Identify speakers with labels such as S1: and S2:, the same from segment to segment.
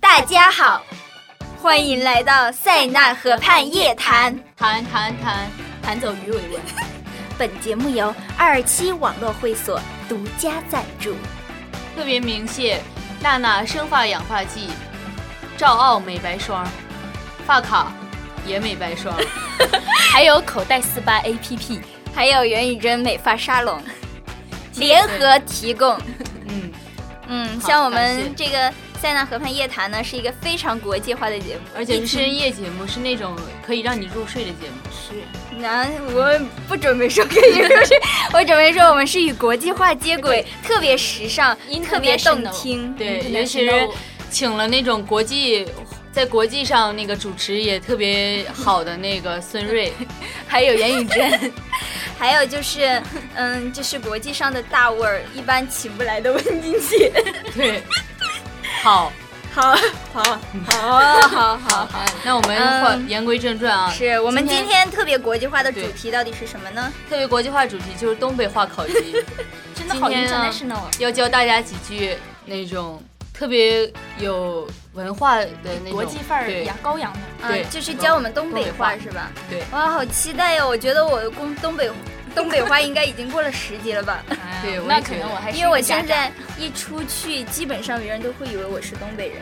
S1: 大家好，欢迎来到塞纳河畔夜谈。
S2: 弹弹弹弹走鱼尾纹。
S1: 本节目由二七网络会所独家赞助。
S2: 特别鸣谢娜娜生发养发剂、赵奥美白霜、发卡也美白霜，还有口袋四八 APP。
S1: 还有袁以真美发沙 龙联合提供。
S2: 嗯，
S1: 嗯，
S2: 好
S1: 像我
S2: 感谢
S1: 们这个塞纳河畔夜谈呢，是一个非常国际化的节目，
S2: 而且是
S1: 是
S2: 深夜节目，是那种可以让你入睡的节目。是，
S1: 那我不准备说给你 说是，我准备说我们是与国际化接轨，特别时尚，特别动听，
S2: 对，
S1: 嗯
S2: 尤其是请了那种国际。在国际上，那个主持也特别好的那个孙瑞， 还有袁宇珍，
S1: 还有就是，嗯，就是国际上的大腕儿一般请不来的温经济。
S2: 对，好，
S1: 好，好，
S2: 嗯
S1: 好，好，好，好。
S2: 那我们话
S1: 嗯
S2: 言归正传啊，
S1: 是我们今
S2: 今
S1: 天特别国际化的主
S2: 对
S1: 题到底是什么呢？
S2: 特别国际化主题就是东北话烤鸡，
S1: 真
S2: 的好
S1: 今天啊
S2: international 要教大家几句那种特别有文化的那种
S3: 国际范儿
S2: 对
S3: 呀，高洋的。
S1: 啊
S2: 对，
S1: 就是教我们东北话
S2: 东北话
S1: 是吧？
S2: 对
S1: 哇，好期待哦哟！我觉得我的东东北 东北话应该已经过了十级了 吧？
S2: 对我也
S3: 哎那
S2: 觉
S3: 可能
S2: 得
S3: 我还是
S1: 因为我
S3: 一家
S1: 现
S3: 长
S1: 在一出去，基本上别人都会以为我是东北人。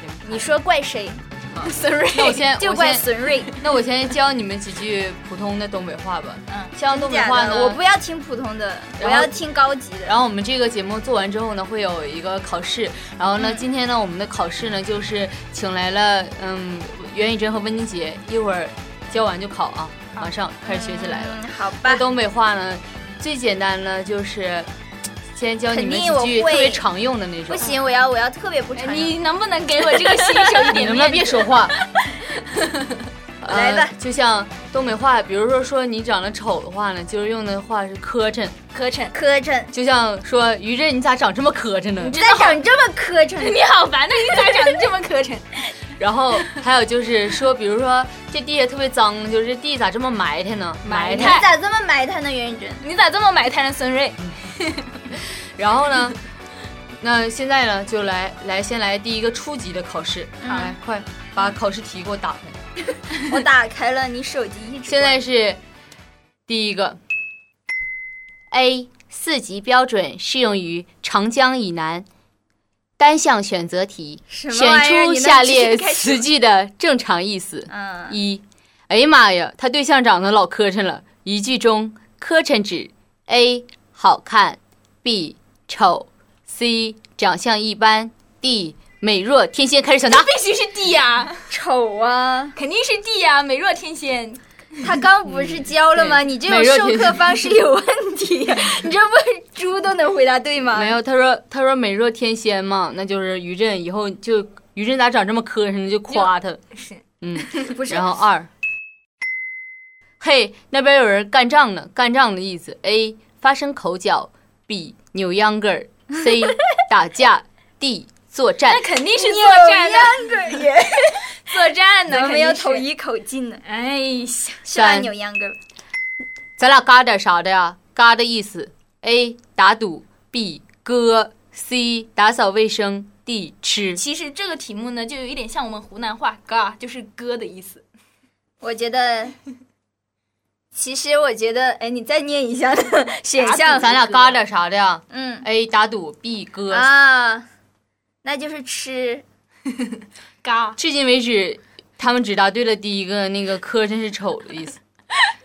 S2: 对
S1: 你说怪谁？
S2: 好
S1: 孙瑞
S2: 那我先
S1: 就
S2: 我
S1: 怪
S2: 先
S1: 孙瑞。
S2: 那我先教你们几句普通的东北话吧。
S3: 嗯，
S2: 像东北
S1: 假
S2: 话呢，
S1: 的，我不要听普通的，我
S2: 然后
S1: 要听高级的。
S2: 然后我们这个节目做完之后呢，会有一个考试。然后呢，
S1: 嗯
S2: 今天呢，我们的考试呢，就是请来了嗯袁以真和温金杰，一会儿教完就考啊，马上开始学起来了。
S1: 嗯，好吧
S2: 那。东北话呢，最简单呢就是先教你们
S1: 肯定我
S2: 几句
S1: 会
S2: 特别常用的那种。
S1: 不，行，我要我要特别不常用。
S3: 你能不能给我这个新手一
S2: 你
S3: 点
S2: 能不能
S3: 面
S2: 别
S3: 子？
S2: 说话？
S1: 来吧
S2: 呃就像东北话，比如说说你长得丑的话呢，就是用的话是磕碜，
S3: 磕碜，
S1: 磕碜，
S2: 就像说于震你咋长这么磕碜呢？
S1: 你咋长这么磕碜？
S3: 你好烦呐！你咋长得这么磕 碜？
S2: 然后还有就是说，比如说这地下特别脏，就是这地咋这么埋汰呢？埋
S1: 你
S2: 汰。
S1: 咋这么埋汰呢，袁宇真？
S3: 你咋这么埋汰呢，孙瑞？
S2: 然后呢， 那现在呢就来来先来第一个初级的考试，来快把考试题给我打开。
S1: 我打开了你手机一直
S2: 现在是第一个，A 四级标准适用于长江以南。单项选择题，
S1: 什么
S2: 选
S1: 玩意儿
S2: 出
S1: 你能
S2: 下
S1: 直接
S2: 列
S1: 开始
S2: 词句的正常意思：
S1: 嗯，
S2: 一，哎呀妈呀，他对象长得老磕碜了。一句中，磕碜指 A 好看，B 丑，C 长相一般，D 美若天仙。开始抢答，
S3: 必须是 D 呀，
S1: 丑啊！
S3: 肯定是 D 呀，美若天仙。
S1: 他刚不是教了吗？你这种
S2: 美若
S1: 授
S2: 天
S1: 课方式有问题，你这不是猪都能回答对 吗？
S2: 没有，他说他说美若天仙嘛，那就是于震以后就于震咋长这么磕碜呢？就夸他，
S3: 是，
S2: 嗯，
S1: 不是
S2: 然后二，嘿，那边有人干仗呢，干仗的意思：A 发生口角，B 扭秧歌儿，C 打架，D 作战
S3: 那。肯定是
S1: 扭
S3: 作战的，
S1: 秧歌儿耶，
S3: 作战的，
S1: 怎么没有
S3: 肯定是
S1: 统。一口径呢？
S3: 哎呀，
S1: 是吧？
S2: 三
S1: 扭秧歌儿，
S2: 咱俩嘎点啥的呀？嘎的意思：A 打赌，B 歌，C 打扫卫生，D 吃。
S3: 其实这个题目呢，就有一点像我们湖南话“嘎”，就是“哥”的意思。
S1: 我觉得，其实我觉得，哎，你再念一下 选项，
S2: 咱俩嘎点啥的呀？
S1: 嗯
S2: A 打赌，B 歌。
S1: 啊，那就是吃，
S3: 嘎，
S2: 至今为止，他们只答对了第一个，那个磕碜是丑的 意思。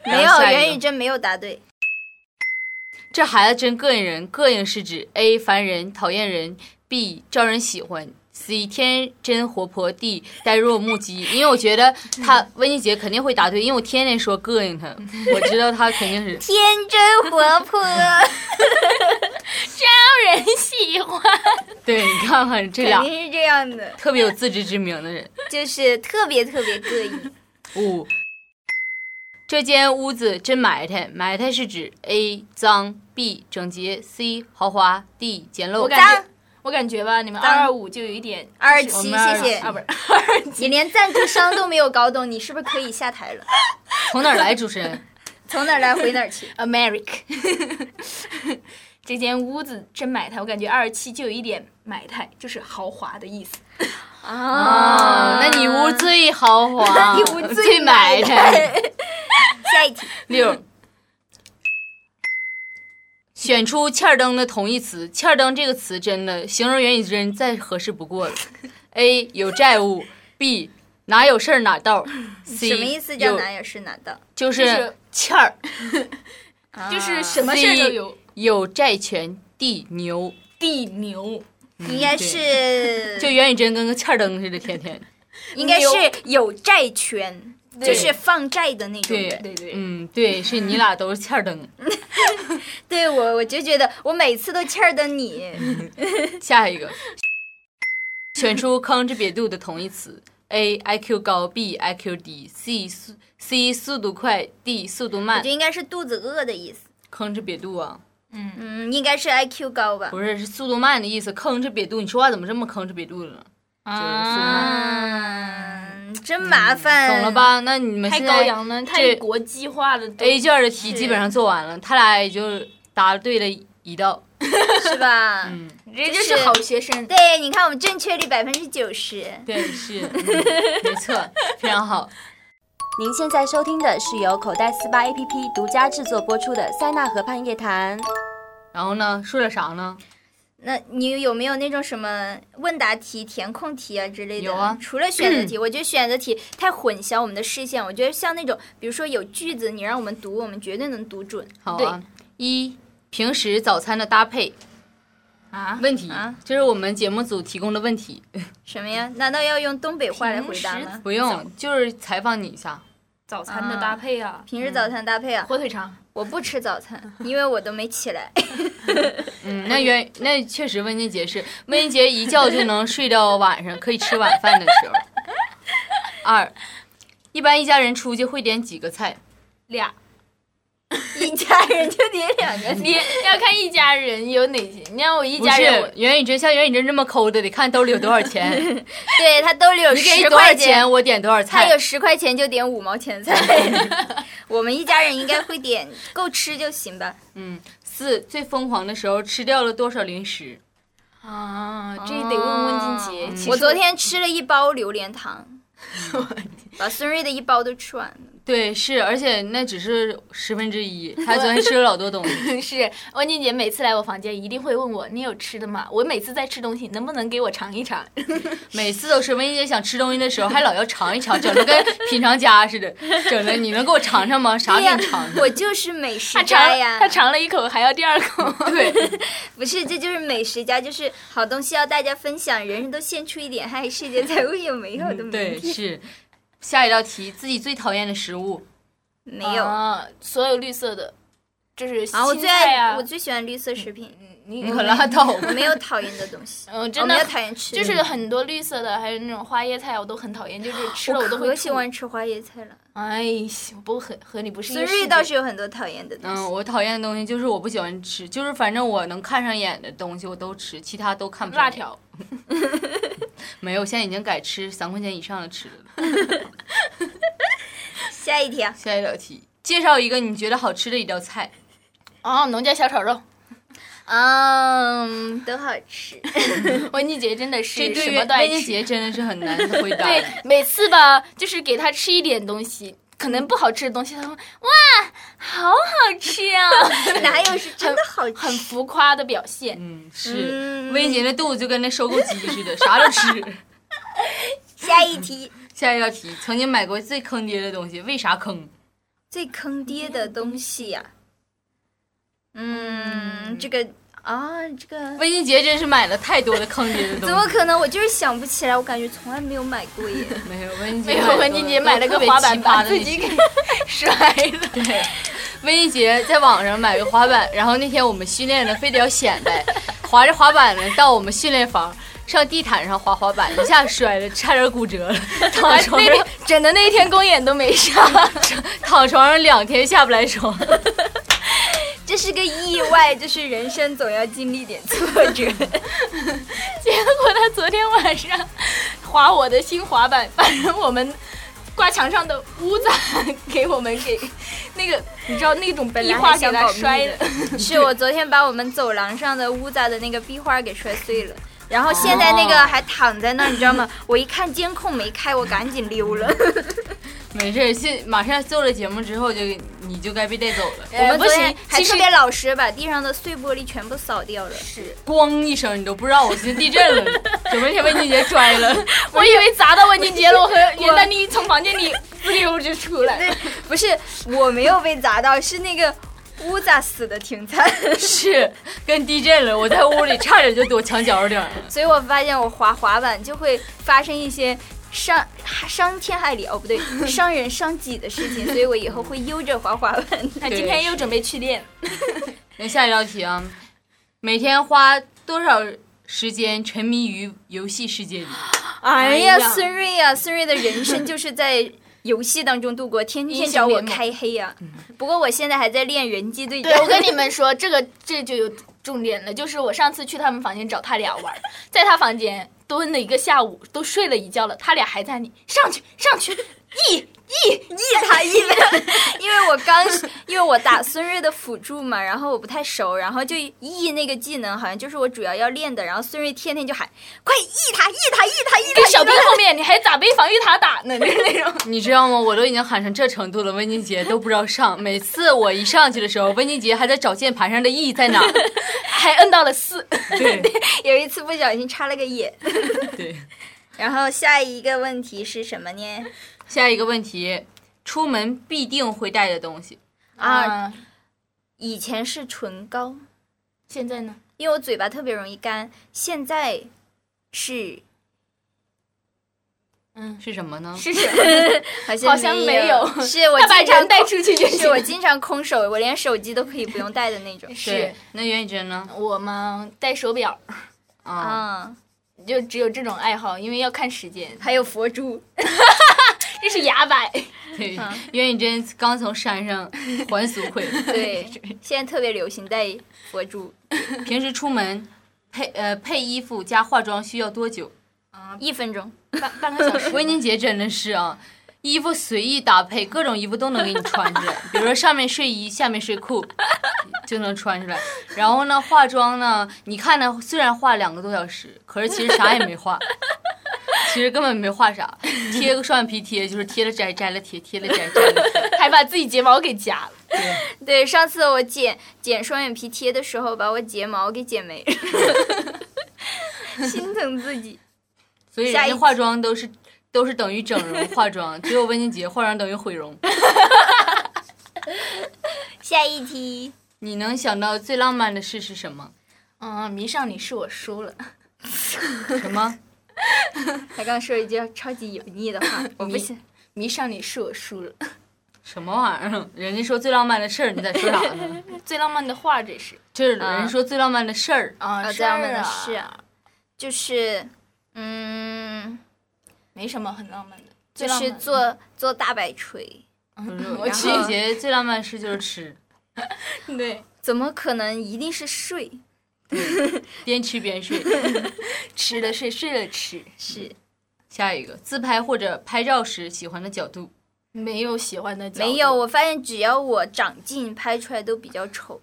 S1: 没
S2: 然
S1: 有
S2: 后下一个
S1: 袁宇真没有答对，
S2: 这孩子真膈应人，膈应是指 A 烦人、讨厌人；B 招人喜欢；C 天真活泼；D 呆若木鸡。因为我觉得他温妮姐肯定会答对，因为我天天说膈应 他，我知道他肯定是
S1: 天真活 泼，
S3: 招人喜欢。
S2: 对。你看看这
S1: 肯
S2: 俩
S1: 定是这样的，
S2: 特别有自知之明的人。
S1: 就是特别特别膈 应，
S2: 五，这间屋子真埋汰，埋汰是指 A 脏，B 整洁，C 豪华，D 简陋。
S3: 我感觉，我感觉吧，你们二二五就有一点
S1: 二
S2: 我
S1: 七，
S2: 们二
S1: 谢谢
S3: 啊，。不是二
S1: 你连赞助商都没有搞懂，你是不是可以下台了？
S2: 从哪儿来主持人？
S1: 从哪儿来回哪儿去。
S3: Americ。这间屋子真埋汰，我感觉二十七就有一点埋汰，就是豪华的意思。
S1: 啊
S2: 哦那你屋最豪华，那
S1: 你屋
S2: 最
S1: 最埋
S2: 埋汰。
S1: 下一题，
S2: 六，选出“欠儿登”的同义词，“欠儿登”这个词真的形容袁以真再合适 不过了。A 有债务，B 哪有事儿哪到，C
S1: 什么意思叫
S2: 有
S1: 哪有事哪到？
S2: 就
S3: 就是是
S2: 欠儿
S3: 就是什么事儿都
S2: C
S3: 有。
S2: 有债权，D 牛。
S3: 地牛，
S2: 嗯
S1: 应该是
S2: 就袁以真跟个欠儿登似的，天天。
S1: 应该是有债权，
S3: 对
S1: 就是放债的那种。
S2: 对
S3: 对对
S2: 嗯，对，是你俩都是欠儿 登。
S1: 对我我就觉得我每次都欠儿的你，
S2: 下一个，选出坑之别度的同义词：A I Q 高，B I Q 低，C 速 C 速度快，D 速度
S1: 我
S2: 慢
S1: 觉得。应该是肚子饿的意思。
S2: 坑之别度啊，
S3: 嗯，
S1: 嗯，应该是 IQ 高吧？
S2: 不是是速度慢的意思。坑之别度，你说话怎么这么坑之别度了？
S1: 嗯，真麻烦。
S2: 懂了？吧？那你们
S3: 太
S2: 现
S3: 高
S2: 在
S3: 扬了，
S2: 这哎
S3: 太国际化了。
S2: A
S3: 对，
S2: 卷的题基本上做完了，他俩也就答对了一道。
S1: 是吧？
S2: 嗯，
S3: 这
S1: 就
S3: 就是是好学生。
S1: 对，你看我们正确率百分之九十。
S2: 对，是，嗯没错，非常好。
S4: 您现在收听的是由口袋四八 APP 独家制作播出的《塞纳河畔夜谈》。
S2: 然后呢，说点啥呢？
S1: 那你有没有那种什么问答题、填空题啊嗯之类的？
S2: 有啊
S1: 除了选择题，我觉得选择题太混淆我们的视线。我觉得像那种，比如说有句子，你让我们读，我们绝对能读准。
S2: 好啊，一平时早餐的搭配
S3: 啊
S2: 问题
S1: 啊，
S2: 这是我们节目组提供的问题，
S1: 什么呀？难道要用东北话来回答吗？
S2: 不用，就是采访你一下。
S3: 早餐的搭配啊，
S1: 平时早餐搭配啊，
S3: 火腿肠，
S1: 我不吃早 餐，因为我都没起来。
S2: 嗯，那原那确实温妮杰是温妮杰一觉就能睡到晚上，可以吃晚饭的时候。二，一般一家人出去会点几个菜？
S3: 俩，
S1: 一家人就点两个
S3: 你要看一家人有哪些。你让我一
S2: 不
S3: 家人，
S2: 是袁以真，像袁以真这么抠的，得看兜里有多少钱。
S1: 对他兜里有
S2: 你给
S1: 十
S2: 多少
S1: 块
S2: 钱，，我点多少菜
S1: 他。有十块钱就点五毛钱 菜。我们一家人应该会点够吃就行吧？
S2: 嗯，四最疯狂的时候吃掉了多少零食？
S3: 啊，这得问问金
S1: 哦
S3: 姐。其实
S1: 我昨天吃了一包榴莲 糖，把孙瑞的一包都吃完了。
S2: 对，是，而且那只是十分之一， 他昨天吃了老多东西。
S3: 是温妮姐每次来我房间一定会问我你有吃的吗？我每次在吃东西，能不能给我尝一尝？
S2: 每次都是文姐想吃东西的时候，还老要尝一尝，整的跟品尝家似的，整的你能给我尝尝吗？啥
S1: 对
S2: 给
S1: 哎呀
S2: 你尝，尝？
S1: 我就是 美食
S3: 她尝
S1: 家呀
S3: 她！尝了一口还要第二口。
S2: 啊
S3: 对，
S1: 不是，这就是美食家，就是好东西要大家分享，人人都献出一点爱，世界才会有美好
S3: 嗯
S1: 的明
S2: 对，
S1: 天。
S2: 是。下一道题，自己最讨厌的食物，
S1: 没有。
S3: 啊，所有绿色的，就是
S1: 啊，我
S3: 青
S1: 最
S3: 菜
S1: 爱
S3: 啊
S1: 我。最喜欢绿色食品，嗯
S3: 你，
S2: 你可拉倒吧。
S1: 我没有讨厌的东西
S3: 嗯，
S1: 我
S3: 真
S1: 没
S3: 的
S1: 有讨厌吃的，
S3: 就是很多绿色的，还有那种花椰菜，我都很讨厌，就是吃了
S1: 我
S3: 都会
S1: 可
S3: 吐。
S1: 喜欢吃花椰菜了。
S3: 哎呀，我不和和你不是一
S1: 孙
S3: 个世
S1: 瑞
S3: 界
S1: 倒是有很多讨厌的东西，
S2: 嗯，我讨厌的东西就是我不喜欢吃，就是反正我能看上眼的东西我都吃，其他都看不上
S3: 辣
S2: 眼。
S3: 条，
S2: 没有，现在已经改吃三块钱以上的吃的了。
S1: 下一题啊，
S2: 下一道题，介绍一个你觉得好吃的一道菜。
S3: 哦，农家小炒肉，
S1: 嗯，都好吃。
S3: 温妮姐真的
S2: 这
S3: 是
S2: 对
S3: 什
S2: 于
S3: 么都爱
S2: 温妮
S3: 吃。
S2: 杰真的是很 难回答的。
S3: 对，每次吧，就是给她吃一点东西，可能不好吃的东西，她说哇，好好吃啊，
S1: 哪有是真的好吃？
S3: 很浮夸的表 现。
S2: 嗯，是
S1: 嗯
S2: 温妮杰那肚子就跟那收购机似 的，啥都吃。
S1: 下一题，
S2: 下一道题，曾经买过最坑爹的东西，为啥坑？
S1: 最坑爹的东西呀、嗯，这个啊，这个
S2: 温妮杰真是买了太多的坑爹的东西。
S1: 怎么可能？我就是想不起来，我感觉从来没有买过耶。
S2: 没有温妮杰
S3: 没
S2: 买
S3: 有
S2: 了，
S3: 温妮姐买了个
S2: 特别
S3: 滑板
S2: 奇葩
S3: 把
S2: 的
S3: 自
S2: 那
S3: 己
S2: 些
S3: 给摔了。
S2: 对，温妮杰在网上买个滑板，然后那天我们训练呢，非得要显 摆，滑着滑板呢到我们训练房。上地毯上滑滑板，一下摔了，差点骨折了， 躺
S3: 哎
S2: 床
S3: 那
S2: 上
S3: 天整的那一天公演都没上，
S2: 躺床上两天下不来床。
S1: 这是个意外，就是人生总要经历点挫 折。
S3: 结果他昨天晚上划我的新滑板，把人我们挂墙上的屋子 给我们给那个，你知道那种
S1: 本
S3: 壁
S1: 来
S3: 画
S1: 还
S3: 给
S1: 想
S3: 他
S1: 保密
S3: 摔
S1: 的，是我昨天把我们走廊上的屋子的那个壁画给摔碎了。然后现在那个还躺在那儿，你知道吗？ 我一看监控没开，我赶紧溜了。
S2: 没事儿，现马上做了节目之后就你就该被带走了，
S1: 我们
S3: 不
S1: 昨
S3: 行
S1: 天，还
S3: 其
S1: 特
S3: 实
S1: 别老实，把地上的碎玻璃全部扫掉了。
S2: 咣一声你都不知道我今天地震了， 准备先被你姐拽了。
S3: 我以为砸到文静杰了，我和袁丹妮从房间 里滋溜就出来。
S1: 对， 不是我没有被砸到，是那个乌子死的挺惨。
S2: 是跟地震了，我在屋里差点就躲墙角顶儿了。
S1: 所以我发现我滑滑板就会发生一些伤伤天害理哦，不对，伤人伤己的事情，所以我以后会悠着滑滑板。
S3: 那今天又准备去练，
S2: 那下一道题啊，每天花多少时间沉迷于游戏世界里？
S1: 哎
S2: 呀
S1: 呀，孙瑞呀、孙瑞的人生就是在游戏当中度过，天天找我开黑呀、不过我现在还在练人机对
S3: 对，我
S1: 战。
S3: 跟你们说，这个这就有重点了，就是我上次去他们房间找他俩玩儿，在他房间蹲了一个下午，都睡了一觉了，他俩还在你上去上去，一
S1: 一他一的，因为我刚，因为我打孙瑞的辅助嘛，然后我不太熟，然后就 E 那个技能好像就是我主要要练的，然后孙瑞天天就喊，快 E 他 E 他 E 他 E
S3: 跟
S1: 他，
S3: 小兵后面，你还咋被防御塔打呢？就是那种。
S2: 你知道吗？我都已经喊成这程度了，温妮姐都不知道 上。每次我一上去的时候，温妮姐还在找键盘上的 E 在哪儿。
S3: 还摁到了四，
S2: 对
S1: 有一次不小心插了个眼。
S2: 对。
S1: 然后下一个问题是什么呢？
S2: 下一个问题，出门必定会带的东西。
S1: 啊，以前是唇膏，
S3: 现在呢？
S1: 因为我嘴巴特别容易干，现在是
S3: 嗯，
S2: 是什么呢？
S3: 是什么？
S1: 好像
S3: 好像没有
S1: 是我
S3: 他把
S1: 经常
S3: 人带出去就
S1: 空 是我
S3: 行。。
S1: 经常空手，我连手机都可以不用带的那种
S2: 对
S3: 是，
S2: 那袁以真呢？
S3: 我嘛，戴手表
S2: 啊，
S1: 啊，
S3: 就只有这种爱好，因为要看时间，
S1: 还有佛珠，
S3: 这是牙 摆。
S2: 对，袁以真刚从山上还俗 回来。
S1: 对，现在特别流行戴佛珠，
S2: 平时出门配呃配衣服加化妆需要多久？
S1: 啊一分钟。
S3: 半半个小时。
S2: 温妮姐真的是啊，衣服随意搭配，各种衣服都能给你穿 出来，比如说上面睡衣，下面睡裤就能穿出来。然后呢，化妆呢，你看呢，虽然化两个多小时，可是其实啥也没 化。其实根本没画啥，贴个双眼皮贴就是贴了摘，摘了贴，贴了摘，摘了贴。
S3: 还把自己睫毛给夹了。
S1: 对，上次我剪剪双眼皮贴的时候，把我睫毛给剪没了， 心疼自己。
S2: 所以人家化妆都是都是等于整容化妆，只有温妮姐化妆等于毁容。
S1: 下一题，
S2: 你能想到最浪漫的事是什么？
S3: 嗯，迷上你是我输了。
S2: 什么？
S1: 他刚说一句超级油腻的 话，我不信。
S3: 迷上你是我输了。
S2: 什么玩意儿？人家说最浪漫的事儿，你在说啥 呢？
S3: 最浪漫的话，这是
S2: 就是人家说最浪漫的事儿，
S3: 啊
S1: 啊，
S3: 是
S1: 最浪漫的
S3: 是
S1: 事啊，就是，嗯，
S3: 没什么很浪漫的，
S1: 就
S3: 最浪
S1: 是
S3: 漫的。
S1: 做做大摆锤，
S2: 我
S3: 然
S2: 情
S3: 后
S2: 人节最浪漫的事就是吃，
S3: 对，
S1: 怎么可能一定是睡？
S2: 边吃边睡。
S3: 吃了睡，睡了吃，
S1: 是
S2: 下一个，自拍或者拍照时喜欢的角度，
S3: 没有喜欢的角度。
S1: 没有，我发现只要我长进，拍出来都比较丑。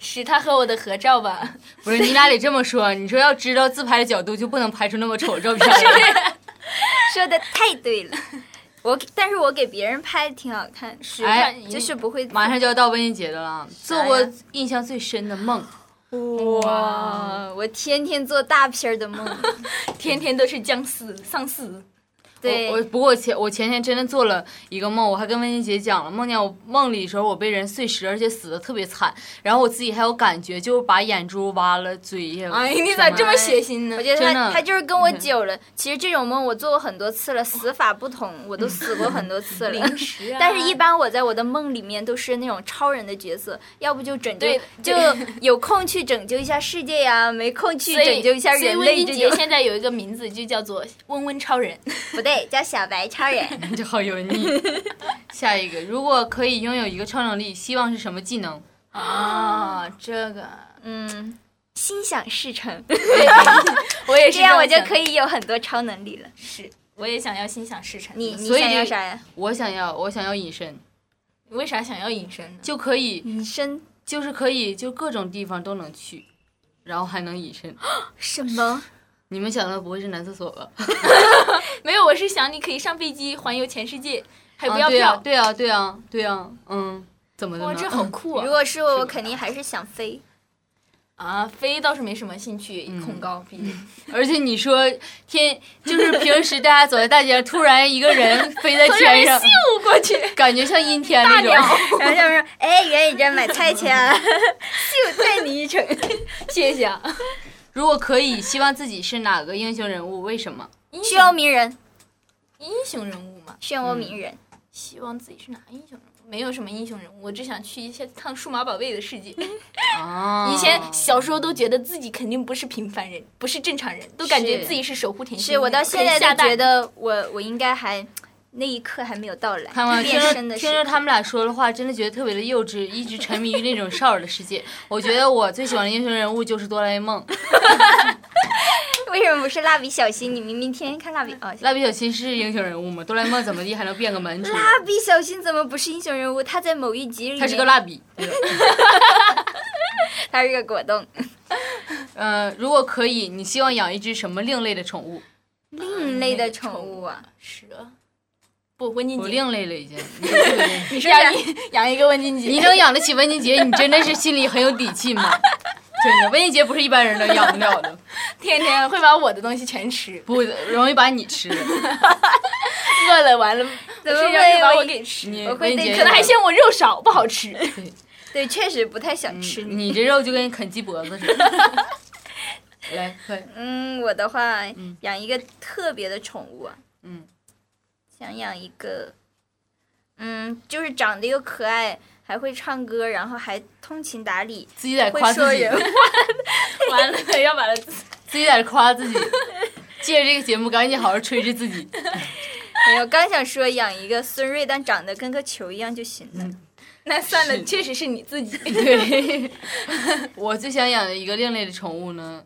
S3: 是他和我的合照吧？
S2: 不是你俩得这么说，你说要知道自拍的角度，就不能拍出那么丑的照片来。
S1: 说的太对了， 我但是我给别人拍挺好看，是
S2: 哎
S3: 看
S1: 就是不
S3: 嗯
S1: 会
S2: 马上就要到温妮节的了啊，做过
S1: 呀
S2: 印象最深的梦，
S1: 哇，哦我天天做大片儿的 梦，
S3: 天天都是僵尸、丧尸。
S1: 对
S2: 我我不过我前我前天真的做了一个梦，我还跟温妮姐讲了，梦见我梦里的时候我被人碎尸，而且死的特别惨，然后我自己还有感觉，就是把眼珠挖了，嘴也。
S3: 哎，你咋这么啊血腥呢
S1: 我？觉得
S2: 真
S1: 他
S2: 的
S1: 他就是跟我
S3: 嗯
S1: 久了。其实这种梦我做过很多次了，死法不同，我都死过很多 次了。
S3: 食 啊
S1: 但是，一般我在我的梦里面都是那种超人的角色，要不就拯救
S3: 对，
S1: 就 有空去拯救一下世界呀、没空去
S3: 所以
S1: 拯救一下
S3: 所以
S1: 人
S3: 温
S1: 类
S3: 妮
S1: 这
S3: 姐
S1: 种。
S3: 现在有一个名字，就叫做温温超人。
S1: 不对，叫小白超人。
S2: 这好油 腻。下一个，如果可以拥有一个超能力，希望是什么技能？
S3: 啊，这个
S1: 嗯，心想事 成，
S3: 我也是
S1: 这样我就
S3: 以，
S1: 可以有很多超能力了。
S3: 是我也想要心想事成。
S1: 你你
S2: 所以
S1: 想要啥呀？
S2: 我想要，我想要隐身，
S3: 你为啥想要隐身呢？
S2: 就可以，
S1: 隐身
S2: 就是可以，就各种地方都能去。然后还能隐身。
S1: 什么？
S2: 你们想的不会是男厕所吧？
S3: 没有，我是想你可以上飞机环游全世界，还不要
S2: 啊对
S3: 票
S2: 啊，。对啊，对啊，对啊，嗯，怎么的
S3: 哇，
S2: 呢？
S3: 这好酷啊
S1: 如！果是我，我肯定还是想飞。
S3: 啊，飞倒是没什么兴趣，恐高，毕竟
S2: 而且你说天，就是平时大家走在大街上，突然一个人飞在天上，
S3: 不过去。
S2: 感觉像阴天那种。
S1: 然后他们说：“哎，袁宇珍买菜去啊， 就带你一程。
S3: 谢谢。啊。
S2: 如果可以，希望自己是哪个英雄人物？为什么？
S3: 英”
S1: 漩涡
S3: 雄
S1: 鸣人，
S3: 英雄人物嘛，
S1: 漩涡鸣人，
S3: 希望自己是哪个英雄人物？没有什么英雄人物，我只想去一下趟数码宝贝的世界。
S2: 啊，
S3: 以
S1: 哦
S3: 前小时候都觉得自己肯定不是平凡人，不是正常人，都感觉自己是守护甜心
S1: 是
S3: 的。
S1: 我到现在
S3: 可以下
S1: 都
S3: 蛋
S1: 觉得我我应该还那一刻还没有到来
S2: 看完听
S1: 变
S2: 着
S1: 身的时
S2: 听
S1: 候
S2: 着。他们俩说的话，真的觉得特别的幼稚，一直沉迷于那种少儿的世界。我觉得我最喜欢的英雄人物就是哆啦 A 梦，
S1: 为什么不是蜡笔小新？你明明天天看蜡笔哦，
S2: 蜡笔小新是英雄人物吗？哆啦 A 梦怎么地还能变个门出来？
S1: 蜡笔小新怎么不是英雄人物？他在某一集里面，
S2: 他是个蜡笔。嗯
S1: 他是个果冻。
S2: 呃，如果可以，你希望养一只什么另类的宠物？
S1: 另嗯类的宠物啊，
S3: 嗯蛇，不温
S2: 我
S3: 金姐，
S2: 另类了已 经。你都特别另类
S1: 你说啥
S3: 养一养一个温金
S2: 你
S3: 姐，
S2: 能养得起温妮杰，你真的是心里很有底气 吗？真的，温妮杰不是一般人能养不了的，
S3: 天天会把我的东西全吃，
S2: 不容易把你吃了。
S3: 饿了完了，
S1: 怎么
S3: 睡觉就把我
S1: 会？
S3: 给吃，
S2: 你
S1: 我会
S2: 温妮
S1: 对
S2: 杰
S3: 可能还嫌我肉少不好吃。
S1: 对，确实不太想吃你。
S2: 你这肉就跟啃鸡脖子似的。 来，快，
S1: 嗯，我的话，养一个特别的宠物啊，
S2: 嗯，
S1: 想养一个，嗯，就是长得又可爱，还会唱歌，然后还通情达理，
S2: 自己在
S1: 会
S2: 夸
S1: 说
S2: 自己
S1: 人，话。
S3: 完了，要把它
S2: 自己在这夸自己。借着这个节目，赶紧好好吹吹自 己。
S1: 没有，哎刚想说养一个孙瑞，但长得跟个球一样就行了。
S2: 嗯
S3: 那算了，确实是你自己。
S2: 对，我最想养的一个另类的宠物呢，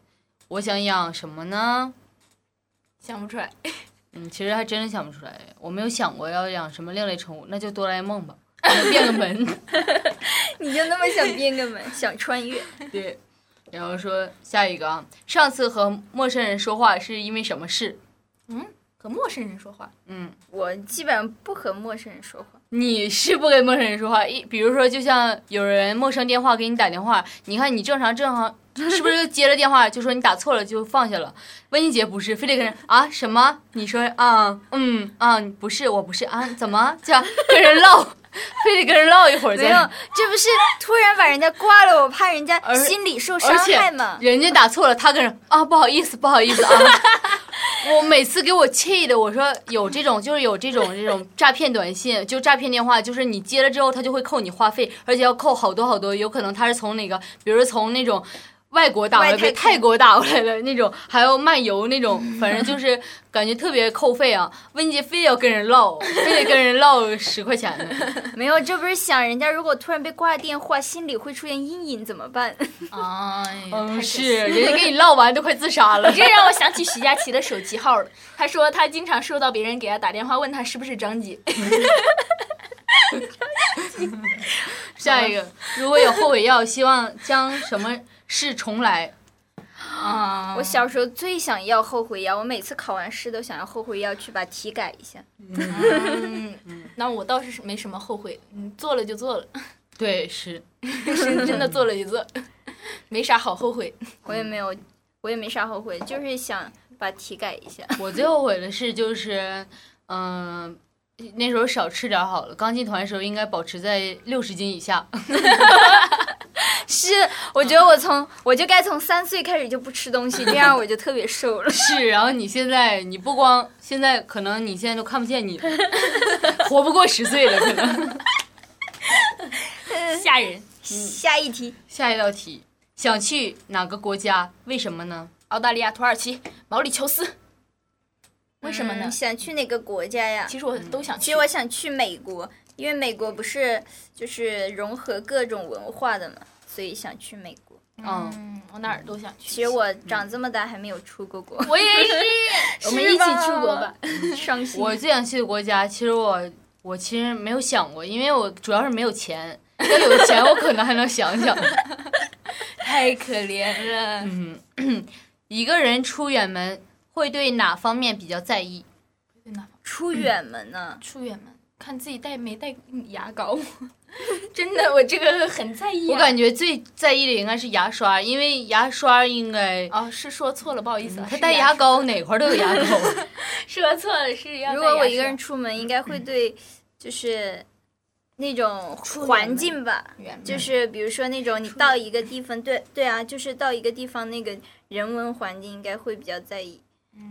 S2: 我想养什么呢？
S3: 想不出来，
S2: 嗯，其实还真的想不出来，我没有想过要养什么另类宠物，那就哆啦 A 梦吧，能变个门。
S1: 你就那么想变个门，想穿越？
S2: 对，然后说下一个啊，上次和陌生人说话是因为什么事？
S3: 和陌生人说话，
S2: 嗯，
S1: 我基本上不和陌生人说话。
S2: 你是不跟陌生人说话，一比如说就像有人陌生电话给你打电话，你看你正常正常 是不是就接了电话就说你打错了就放下了？温妮姐不是，非得跟人啊什么？你说啊嗯啊不是我不是啊怎么这样跟人唠， 非得跟人唠一会儿
S1: 没有
S2: 再。，
S1: 这不是突然把人家挂了，我怕人家
S2: 而
S1: 心理受伤
S2: 而且
S1: 害嘛。
S2: 人家打错了，他跟人啊不好意思不好意思啊。 我每次给我气的，我说有这种就是有这种这种诈骗短信，就诈骗电话，就是你接了之后，他就会扣你话费，而且要扣好多好多，有可能他是从哪个，比如说从那种。外国打过来，
S1: 外
S2: 被
S1: 太空嗯
S2: 泰国打过来的那种，还要漫游那种，反正就是感觉特别扣费啊。温姐非得要跟人唠， 非得跟人唠十块钱的，
S1: 没有，这不是想人家如果突然被挂电话，心里会出现阴影怎么办？
S3: 哎，
S2: 嗯，是人家跟你唠完都快自杀了
S3: 你。这让我想起徐佳琪的手机号了。她说她经常收到别人给她打电话，问她是不是张姐。
S2: 下一个， 如果有后悔药，希望将什么事重来？
S3: 啊
S1: 我小时候最想要后悔药，我每次考完试都想要后悔药去把题改一下。
S3: 嗯，那我倒是没什么后悔，嗯，做了就做 了，
S2: 对，是
S3: 是真的做了就做， 没啥好后 悔。
S1: 我也没有，我也没啥后悔，就是想把题改一 下。
S2: 我最后悔的事就是，嗯、那时候少吃点好了。刚进团的时候应该保持在六十斤以 下。。
S1: 是，我觉得我从我就该从三岁开始就不吃东西，这样我就特别瘦 了
S2: 是，然后你现在你不光现在可能你现在都看不见你了， 活不过十岁了可 能。
S3: 吓人，
S1: 下一题，
S2: 下一道题，想去哪个国家？为什么呢？
S3: 澳大利亚、土耳其、毛里求斯，为什么呢
S1: 嗯？想去哪个国家呀？
S3: 其实我都想
S1: 其
S3: 去
S1: 实。我想去美国，因为美国不是就是融合各种文化的嘛，所以想去美国。
S2: 嗯，
S3: 嗯，我哪儿都想去。
S1: 其实我长这么大还没有出过 国，
S3: 我也是， 嗯我们一起出国吧。
S1: 伤心。
S2: 我最想去的国家，其实我我其实没有想过，因为我主要是没有钱。要有钱，我可能还能想想。
S3: 太可怜了。
S2: 嗯，一个人出远门会对哪方面比较在意？
S3: 真的
S1: 出远门呢？
S3: 出远门看自己带没带牙膏， 真的我这个很在意、啊。
S2: 我感觉最在意的应该是牙刷，因为牙刷应该
S3: 哦，是说错了，不好意
S1: 嗯
S3: 思啊。
S2: 他
S3: 是
S2: 带牙膏哪块儿都有牙膏。
S3: 说错了是要带牙刷。
S1: 如果我一个人出门，应该会对就是那种
S3: 嗯出远
S1: 环
S3: 门
S1: 境吧，
S3: 远门，
S1: 就是比如说那种你到一个地方，对对啊，就是到一个地方那个人文环境应该会比较在意。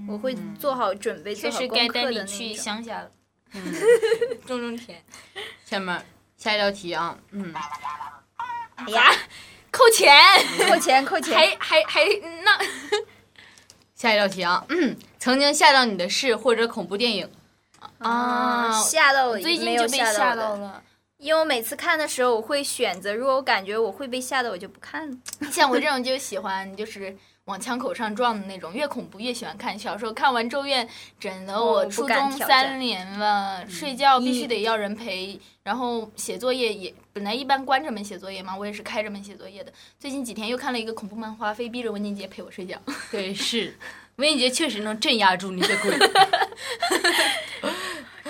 S1: 我会做好准备，
S3: 确
S1: 做好
S3: 实
S1: 功
S3: 嗯该
S1: 课
S3: 带
S1: 的
S3: 你
S1: 那
S3: 去
S1: 种。
S3: 乡下了，
S2: 嗯，
S3: 种种田。
S2: 下面下一道题啊，嗯，
S1: 哎呀，
S3: 扣钱，
S1: 扣钱扣钱！
S3: 还哦还还那
S2: 下一道题啊，嗯，曾经吓到你的事或者恐怖电影，
S1: 啊， 吓到我，
S3: 最
S1: 没
S3: 近
S1: 有
S3: 就被吓
S1: 到
S3: 到
S1: 的。
S3: 了。
S1: 因为我每次看的时候，我会选择，如果我感觉我会被吓到，我就不看了。
S3: 像我这种就喜欢就是往枪口上撞的那种，越恐怖越喜欢看。小时候看完《咒怨》，整的
S1: 哦
S3: 我
S1: 不
S3: 初
S1: 敢
S3: 中
S1: 挑
S3: 三
S1: 战
S3: 年了，睡觉必须得要人陪，然后写作业也本来一般关着门写作业嘛，我也是开着门写作业的。最近几天又看了一个恐怖漫画，非逼着文静姐陪我睡觉。
S2: 对，是文艺节确实能镇压住你的 鬼。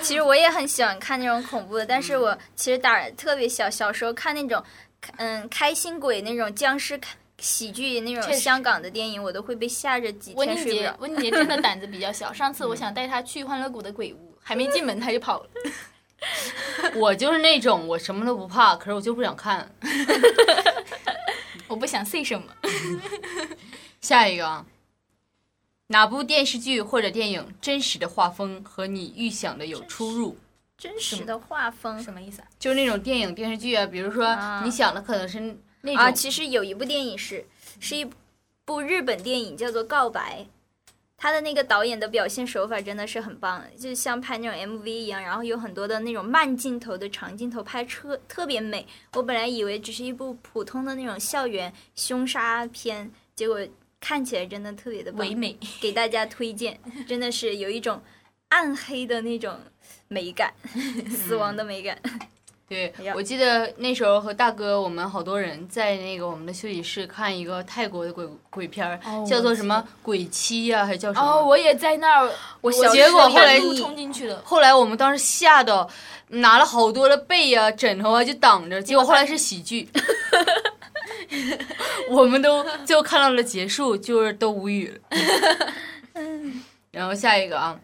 S1: 其实我也很喜欢看那种恐怖的，但是我其实胆儿特别小，小时候看那种，嗯，开心鬼那种僵尸喜剧那种
S3: 确实
S1: 香港的电影，我都会被吓着几
S3: 文
S1: 天
S3: 静
S1: 睡不
S3: 姐
S1: 着，。
S3: 文静姐真的胆子比较小。上次我想带她去欢乐谷的鬼屋，还没进门她就跑了。
S2: 我就是那种我什么都不怕，可是我就不想看。
S3: 我不想 say 什么。
S2: 下一个啊，哪部电视剧或者电影真实的画风和你预想的有出入？
S1: 真实的画风
S3: 什么意思啊？
S2: 就是那种电影电视剧啊，比如说
S1: 啊
S2: 你想的可能是那种，
S1: 啊，其实有一部电影是是一部日本电影，叫做《告白》，他的那个导演的表现手法真的是很棒，就像拍那种 MV 一样，然后有很多的那种慢镜头的长镜头拍车特别美。我本来以为只是一部普通的那种校园凶杀片，结果看起来真的特别的
S3: 唯
S1: 棒，
S3: 美。
S1: 给大家推荐，真的是有一种暗黑的那种美感， 死亡的美感。
S2: 对
S1: 哎呀，
S2: 我记得那时候和大哥我们好多人在那个我们的休息室看一个泰国的鬼鬼片儿，
S3: 哦
S2: 叫
S3: 我
S2: 做
S3: 记
S2: 什
S3: 得
S2: 么鬼妻呀、还叫什么？
S3: 哦，我也在那儿，我
S1: 小
S2: 结果
S3: 我
S2: 后来
S3: 半路冲进去了。
S2: 后来我们当时吓到，拿了好多的被呀、枕头啊就挡 着，结果后来是喜剧， 我们都最后看到了结束，就是都无语了。 然后下一个啊，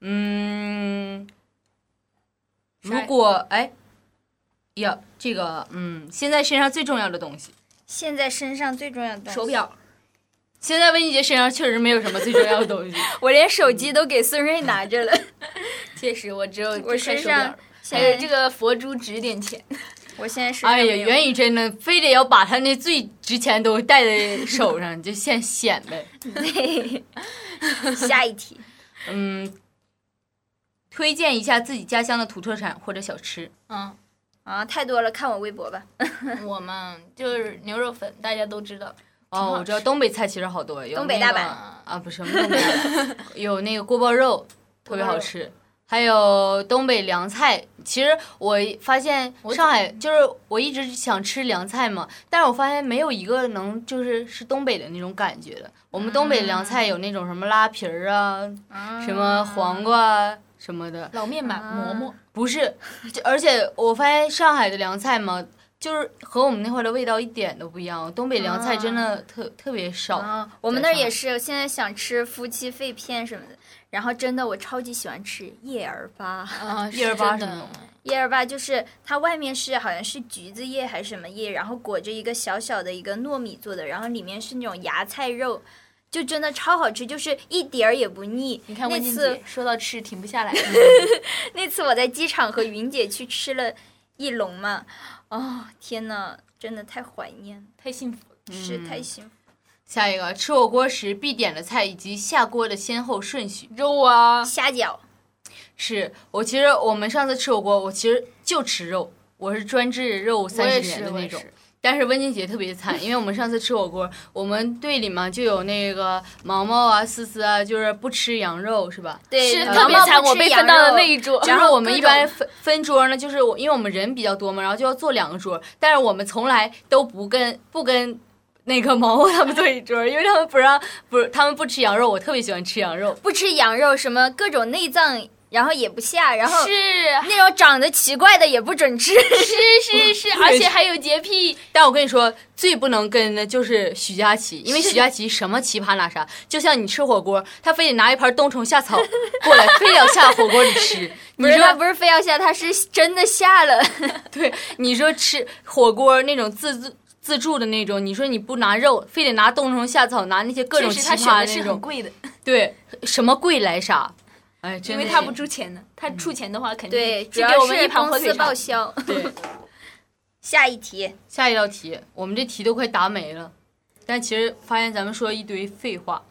S2: 嗯，
S3: 下一
S2: 如
S3: 个
S2: 果哎呀，这个嗯，现在身上最重要的东西，
S1: 现在身上最重要的东西
S3: 手表，
S2: 现在温妮姐身上确实没有什么最重要的东西，
S1: 我连手机都给孙瑞拿 着了，
S3: 确实我只有
S1: 我
S3: 这块
S1: 身
S3: 手表
S1: 上
S3: 了哎
S1: 现
S3: 还有
S1: 在
S3: 这，个佛珠指点钱，
S1: 我现在身上
S2: 哎呀，
S1: 没有
S2: 袁宇真的非得要把他那最值钱都戴在手上，就现显 摆。
S1: 对下一题，
S2: 嗯，推荐一下自己家乡的土特产或者小吃。
S3: 嗯，
S1: 啊，太多了，看我微博吧。
S3: 我们就是牛肉粉，大家都知道，
S2: 哦，我知道东北菜其实好多，有
S1: 东北
S2: 那个
S1: 大
S2: 啊，不是东北 大阪有那个锅包肉，特别
S3: 锅包
S2: 好
S3: 肉
S2: 吃。还有东北凉菜，其实我发现
S3: 我
S2: 上海就是我一直想吃凉菜嘛，但是我发现没有一个能就是是东北的那种感觉的。我们东北凉
S1: 嗯
S2: 菜有那种什么拉皮儿啊，什么黄瓜啊什么的，
S3: 老面板馍馍，
S2: 不是，就而且我发现上海的凉菜嘛，就是和我们那块儿的味道一点都不一样。东北凉菜真的特、特别少。
S1: 啊，我们那儿也是，现在想吃夫妻肺片什么的。然后真的，我超级喜欢吃叶儿 粑。
S3: 啊，
S2: 一人八什
S3: 是真
S2: 么
S3: 的
S2: 东西
S1: 叶儿粑就是它外面是好像是橘子叶还是什么叶，然后裹着一个小小的一个糯米做的，然后里面是那种芽菜肉，就真的超好吃，就是一点儿也不腻。
S3: 你看
S1: 那
S3: 文静
S1: 次
S3: 姐说到吃停不下 来，
S1: 那次我在机场和云姐去吃了一笼嘛，哦天呐，真的太怀念了，
S3: 太幸福了。
S1: 是
S3: 嗯
S1: 太幸福。
S2: 下一个，吃火锅时必点的菜以及下锅的先后顺序。
S3: 肉啊，
S1: 虾饺，
S2: 是我其实我们上次吃火锅，我其实就吃肉，我是专治肉
S3: 我
S2: 三
S3: 也
S2: 十年
S3: 是，
S2: 的
S3: 我
S2: 那
S3: 也
S2: 种。
S3: 是。
S2: 但是温金姐特别惨，因为我们上次吃火锅， 我们队里嘛就有那个毛毛啊、思思啊，就是不吃羊肉是吧？
S1: 对，
S3: 是
S1: 毛
S3: 特别
S1: 毛不
S3: 惨，我
S1: 吃
S3: 被
S1: 羊
S3: 分到了
S1: 肉
S3: 那一 桌。
S2: 就是我们一
S1: 各
S2: 般
S1: 种
S2: 分分桌呢，就是我因为我们人比较多嘛，然后就要坐两个桌，但是我们从来都不跟不跟那个毛毛他们坐一桌，因为他们不让不他们不吃羊肉，我特别喜欢吃羊肉。
S1: 不吃羊肉，什么各种内脏，然后也不下，然后
S3: 是
S1: 那种长得奇怪的也不准吃。
S3: 是是是，而且还有洁 癖，
S2: 但我跟你说，最不能跟的就是许佳琪，因为许佳琪什么奇葩拿啥，就像你吃火锅，他非得拿一盘冬虫夏草过来，非要下火锅里吃。
S1: 不
S2: 你
S1: 是他
S2: 说
S1: 不是非要下，他是真的下了。
S2: 对，你说吃火锅那种自助自助的那种，你说你不拿肉，非得拿冬虫夏草，拿那些各种
S3: 确
S2: 奇
S3: 实他选
S2: 葩
S3: 的是
S2: 那
S3: 很
S2: 种，
S3: 贵的，
S2: 对，什么贵来啥，哎，真
S3: 因
S2: 的
S3: 为他
S2: 是
S3: 不出钱呢， 他出钱的话肯定
S1: 对，主
S3: 只
S1: 要
S3: 给我们
S1: 是
S3: 一盘
S1: 公
S3: 火
S1: 司
S3: 腿
S1: 报
S3: 肠。
S1: 销。
S2: 对。
S1: 下一题，
S2: 下一道题，我们这题都快答没了，但其实发现咱们说一堆废话。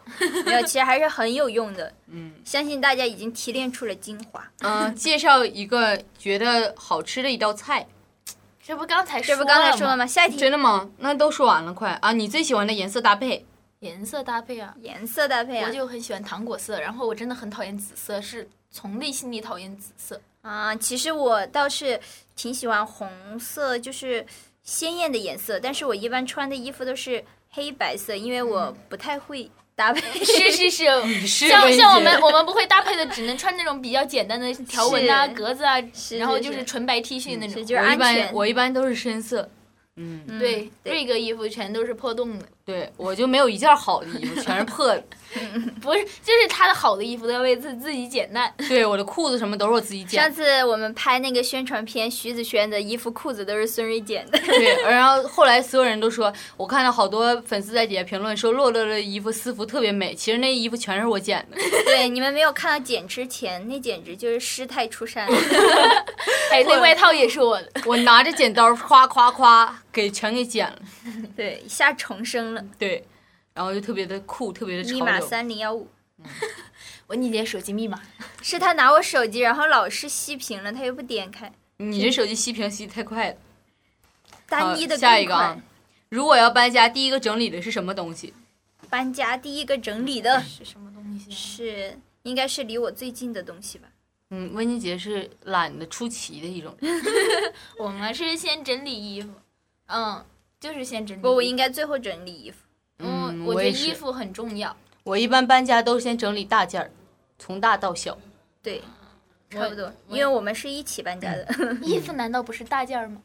S1: 没有，其实还是很有用的。
S2: 嗯
S1: 相信大家已经提炼出了精华。
S2: 嗯、介绍一个觉得好吃的一道菜，
S3: 这不刚才
S1: 这不刚才说
S3: 了
S1: 了
S3: 吗？
S1: 吗？下一题
S2: 真的吗？那都说完了，快啊！你最喜欢的颜色搭配，
S3: 颜色搭配啊，
S1: 颜色搭配啊
S3: 我就很喜欢糖果色，然后我真的很讨厌紫色，是从内心里讨厌紫色。
S1: 啊，其实我倒是挺喜欢红色，就是鲜艳的颜色，但是我一般穿的衣服都是黑白色，因为我不太会搭配。
S3: 是是 是，
S2: 你
S1: 嗯
S2: 是
S3: 像
S2: 文
S3: 像我
S2: 姐
S3: 们我们不会搭配的，只能穿那种比较简单的条纹啊、
S1: 是
S3: 格子啊，
S1: 是
S3: 然后
S1: 是嗯
S3: 就是是纯白 T 恤那种
S1: 是。就是
S2: 我一
S1: 安
S2: 般
S1: 全。
S2: 我一般都是深色，嗯，
S1: 嗯
S3: 对，
S1: 对
S3: 瑞哥衣服全都是破洞的，
S2: 对我就没有一件好的衣服，全是破 的。
S3: 不是，就是他的好的衣服都要为自自己捡 烂。
S2: 对，我的裤子什么都是我自己
S1: 上
S2: 剪。
S1: 次我们拍那个宣传片，徐子轩的衣服、裤子都是孙瑞剪的。
S2: 对，然后后来所有人都说，我看到好多粉丝在底下评论说洛洛的衣服私服特别美，其实那衣服全是我剪的。
S1: 对，你们没有看到剪之前，那简直就是师太出山了。
S3: 哎，那外套也是我的，
S2: 我拿着剪刀，夸夸夸，给全给剪了。
S1: 对，一下重生了，
S2: 对，然后就特别的酷，特别的潮
S1: 密码
S2: 流。
S1: 三零幺五。
S3: 文姐姐手机密码。
S1: 是他拿我手机，然后老是熄屏了，他又不点开。
S2: 嗯你这手机熄屏熄得太快了。好
S1: 单一的
S2: 下
S1: 更
S2: 一个啊
S1: 快。，
S2: 如果要搬家，第一个整理的是什么东西？
S1: 搬家第一个整理 的
S3: 是什么东西、啊？
S1: 是，应该是离我最近的东西吧。
S2: 嗯，温妮姐是懒得出奇的一种。
S3: 我们是先整理衣服，嗯，就是先整理。
S1: 不，我应，该最后整理衣服。
S3: 嗯，
S2: 我
S3: 我觉得
S2: 也是
S3: 衣服很重 要。
S2: 我一般搬家都是先整理大件儿，从大到小。
S1: 对，差不多，
S3: 我嗯
S1: 因为我们是一起搬家的。
S3: 衣服难道不是大件儿吗？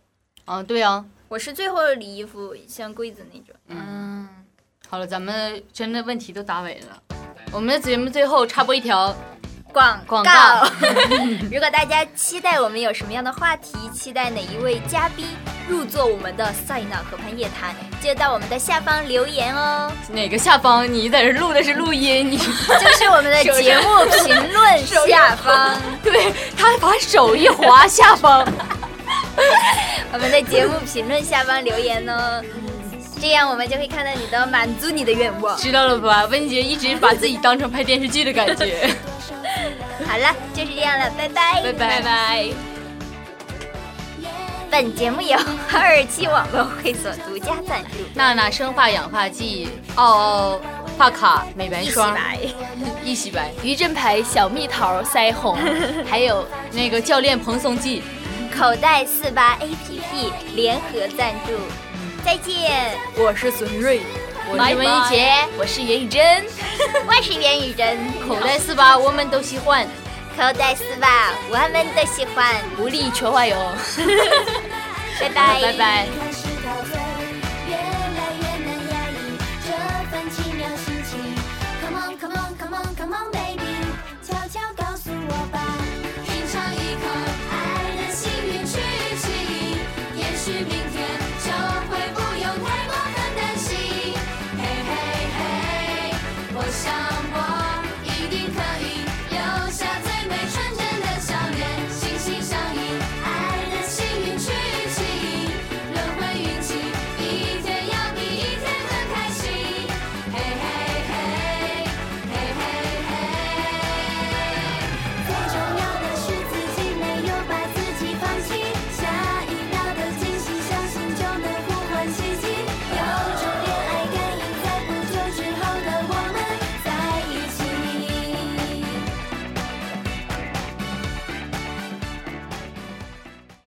S2: 啊，对啊。
S1: 我是最后理衣服，像柜子那种。
S3: 嗯，
S2: 好了，咱们真的问题都答没了。我们的节目最后插播一条，
S1: 广
S2: 广告
S1: 如果大家期待我们有什么样的话题，期待哪一位嘉宾入座我们的塞纳河畔夜谈，就到我们的下方留言哦。
S2: 哪个下方你在这录的是录音，你
S1: 就是我们的节目评论下方，
S2: 对他把手一滑下方。
S1: 我们的节目评论下方留言哦。这样我们就会看到你的满足你的愿望。
S2: 知道了吧？温姐一直把自己当成拍电视剧的感觉。
S1: 好了，就是这样了，拜拜。
S2: 拜拜
S3: 拜拜。
S1: 本节目由哈尔奇网络会所独家赞助，
S2: 娜娜生发养发剂，奥奥发卡美白
S1: 一起
S2: 霜，
S1: 来。
S2: 一洗白。
S3: 于正牌小蜜桃腮 红，还有
S2: 那个教练蓬松剂，
S1: 口袋四八 APP 联合赞助，再见。
S2: 我是孙瑞，我是温一杰，
S3: 杰，我是严以真，
S1: 我是袁雨珍，
S2: 口袋四八，我们都喜欢，
S1: 口袋丝袜，我们都喜欢。
S3: 无力求坏哟，
S1: 拜拜，
S3: 拜拜。
S5: 「